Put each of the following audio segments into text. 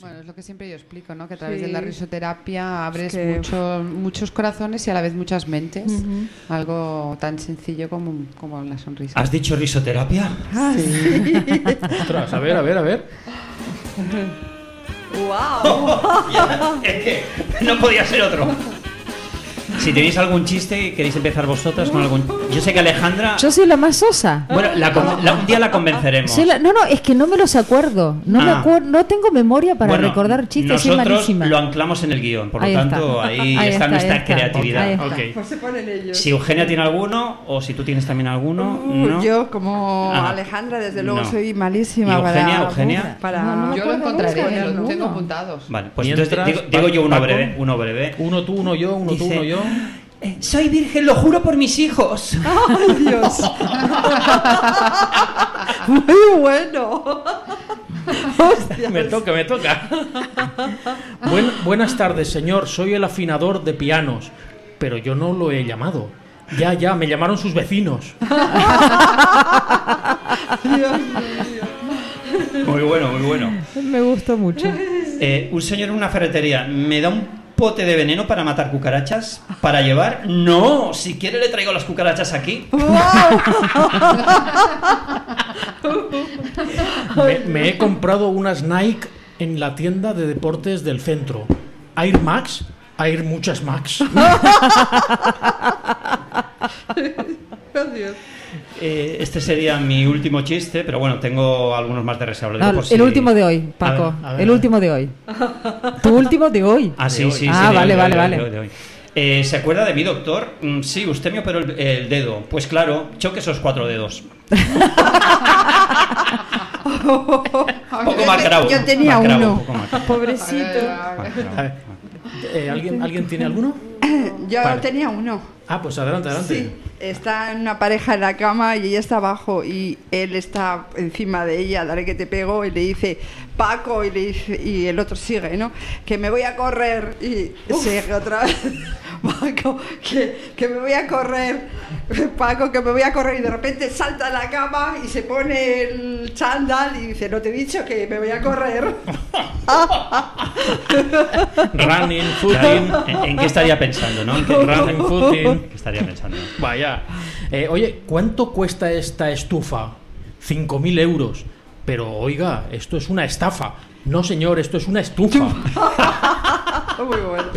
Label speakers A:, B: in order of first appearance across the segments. A: Bueno, es lo que siempre yo explico, ¿no? Que a través de la
B: Sí.
A: risoterapia abres
B: que-
A: mucho- muchos corazones y a la vez muchas mentes.
B: Ujú.
A: Algo tan sencillo como, como la sonrisa.
C: ¿Has dicho risoterapia?
B: Ah, sí.
D: Ostras, a ver, a ver, a ver.
B: ¡Wow!
E: Ah.
C: Es que no podía ser otro. Si tenéis algún chiste, queréis empezar vosotras con algún. Yo sé que Alejandra.
E: Yo soy la más sosa.
C: Bueno, la con- la- un día la convenceremos.
E: Soy la- no, no, es que no me los acuerdo. No, me
C: Ah.
E: acuer- no tengo memoria para
C: Bueno,
E: recordar chistes, soy
C: Nosotros
E: malísima.
C: lo anclamos en el guión, por lo
E: Ahí está.
C: tanto, ahí,
E: Ahí
C: está,
E: está,
C: nuestra
E: ahí está. Ahí
C: creatividad.
E: está.
D: Ok.
B: Pues se ponen ellos.
C: Si Eugenia tiene alguno, o si tú tienes también alguno,
B: Uh,
C: no.
B: Yo, como
C: Ah.
B: Alejandra, desde luego
C: No.
B: soy malísima
C: ¿Y
B: para.
C: Eugenia, Eugenia?
B: Para.
E: No, no.
A: Yo lo
E: acuerdo nunca de
A: encontraré, los
E: ninguno.
A: tengo apuntados.
C: Vale, pues
D: Mientras,
C: entonces digo, digo yo uno
D: Paco.
C: breve, uno breve.
D: Uno tú, uno yo, uno tú,
C: Dice,
D: uno yo.
C: "Eh, Soy virgen, lo juro por mis hijos.
B: ¡Ay, Dios! Muy bueno. Hostia.
D: Me toca, me toca. Buen- buenas tardes, señor. Soy el afinador de pianos, pero yo no lo he llamado. Ya, ya, me llamaron sus vecinos.
C: Muy bueno, muy bueno.
E: Me gusta mucho.
C: Eh, un señor en una ferretería me da un pote de veneno para matar cucarachas, para llevar. No, si quiere le traigo las cucarachas aquí.
D: Me, me he comprado unas Nike en la tienda de deportes del centro. Air Max, Air muchas Max.
B: Dios.
C: Eh, este sería mi último chiste, pero bueno, tengo algunos más de reserva. lo digo
E: No,
C: por
E: el
C: si-
E: último de hoy,
C: A ver,
E: Paco.
C: a ver,
E: el
C: a ver.
E: último de hoy. Tu último de hoy.
C: Ah, sí, sí, sí.
E: Ah,
C: de hoy,
E: vale,
C: de hoy,
E: vale,
C: de hoy,
E: vale.
C: de hoy, de hoy. Eh, ¿Se acuerda de mí, doctor? Mm, sí, usted me operó el, el dedo. Pues claro, choque esos cuatro dedos. Poco más grave.
B: Ah, Yo tenía
C: Más grave, un
B: uno.
C: poco más grave.
B: Pobrecito.
C: Más grave, más
D: A
C: grave.
D: ver, eh, ¿alguien, ¿Alguien tiene alguno?
B: Yo
D: Vale.
B: tenía uno.
D: Ah, pues adelante, adelante.
B: Sí, está una pareja en la cama y ella está abajo y él está encima de ella, dale que te pego y le dice Paco y le dice y el otro sigue, ¿no? Que me voy a correr y sigue otra vez Paco, que, que me voy a correr, Paco, que me voy a correr y de repente salta a la cama y se pone el chándal y dice, no te he dicho que me voy a correr.
D: Running, footing.
C: Claro, ¿en, en qué estaría pensando, no? ¿En qué,
D: Running, footing.
C: en qué estaría pensando?
D: Vaya. Eh, oye, ¿cuánto cuesta esta estufa? 5.000 euros. Pero oiga, esto es una estafa. No, señor, esto es una estufa.
B: Muy bueno.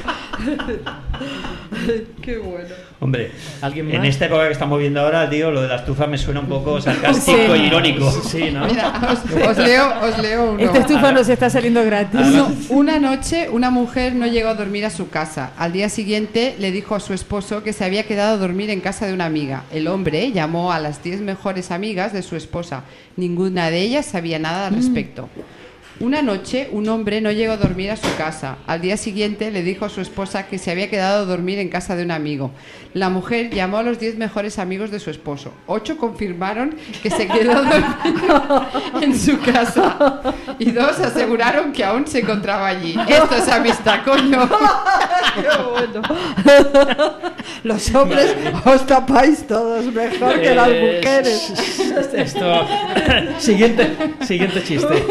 B: Qué bueno.
C: Hombre,
D: ¿Alguien más?
C: en esta época que estamos viendo ahora, tío, lo de la estufa me suena un poco sarcástico
E: Sí.
C: y irónico.
D: Sí, ¿no?
A: Mira, os, os leo, os leo uno.
B: Este
E: Esta estufa nos está saliendo gratis.
A: Uno- una noche una mujer no llegó a dormir a su casa. Al día siguiente le dijo a su esposo que se había quedado a dormir en casa de una amiga. El hombre llamó a las 10 mejores amigas de su esposa. Ninguna de ellas sabía nada al respecto. Una noche un hombre no llegó a dormir a su casa. Al día siguiente le dijo a su esposa que se había quedado a dormir en casa de un amigo. La mujer llamó a los 10 mejores amigos de su esposo. Ocho confirmaron que se quedó a dormir en su casa y dos aseguraron que aún se encontraba allí. Esto es amistad, coño.
B: Los hombres os tapáis todos mejor que las
D: Eh,
B: mujeres.
D: Esto. siguiente, siguiente chiste.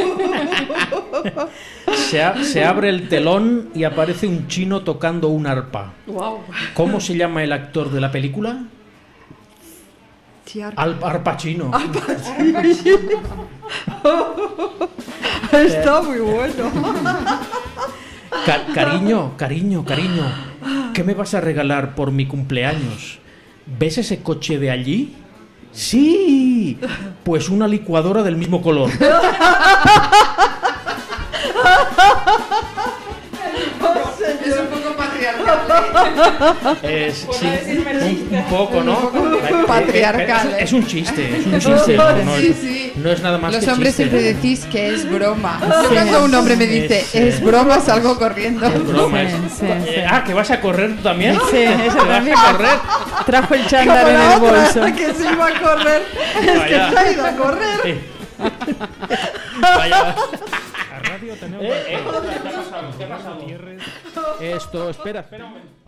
D: Se, a- se abre el telón y aparece un chino tocando un arpa.
B: Wow.
D: ¿Cómo se llama el actor de la película? Al arpa chino.
B: Está muy bueno.
D: Ca- cariño, cariño, cariño. ¿Qué me vas a regalar por mi cumpleaños? ¿Ves ese coche de allí? Sí. Pues una licuadora del mismo color.
A: Es un poco patriarcal.
D: Es, sí, un, un poco, ¿no?
A: Patriarcal,
D: Es,
A: ¿eh?
D: es un chiste, es un chiste. No, no
A: Sí,
D: es,
A: sí.
D: no es nada más
A: Los
D: que
A: hombres
D: chiste.
A: siempre decís que es broma. Yo
E: Sí.
A: cuando un hombre me dice
D: Sí, sí.
A: es broma salgo corriendo.
D: Es broma, es-
E: Sí, sí,
D: Eh,
E: sí.
D: Ah, que vas a correr tú también.
E: Sí, eso
D: ¿Te
E: también.
D: vas a correr.
E: Trajo el
B: Como
E: chándal en
B: la
E: el
B: otra
E: bolso.
B: que se iba a correr. Es que
D: Vaya.
B: se ha ido a correr.
D: Eh. Vaya.
F: A radio tenemos
D: Eh, eh, ¿Qué ha pasado? ¿Qué ha pasado? Esto, espera, espera un momento.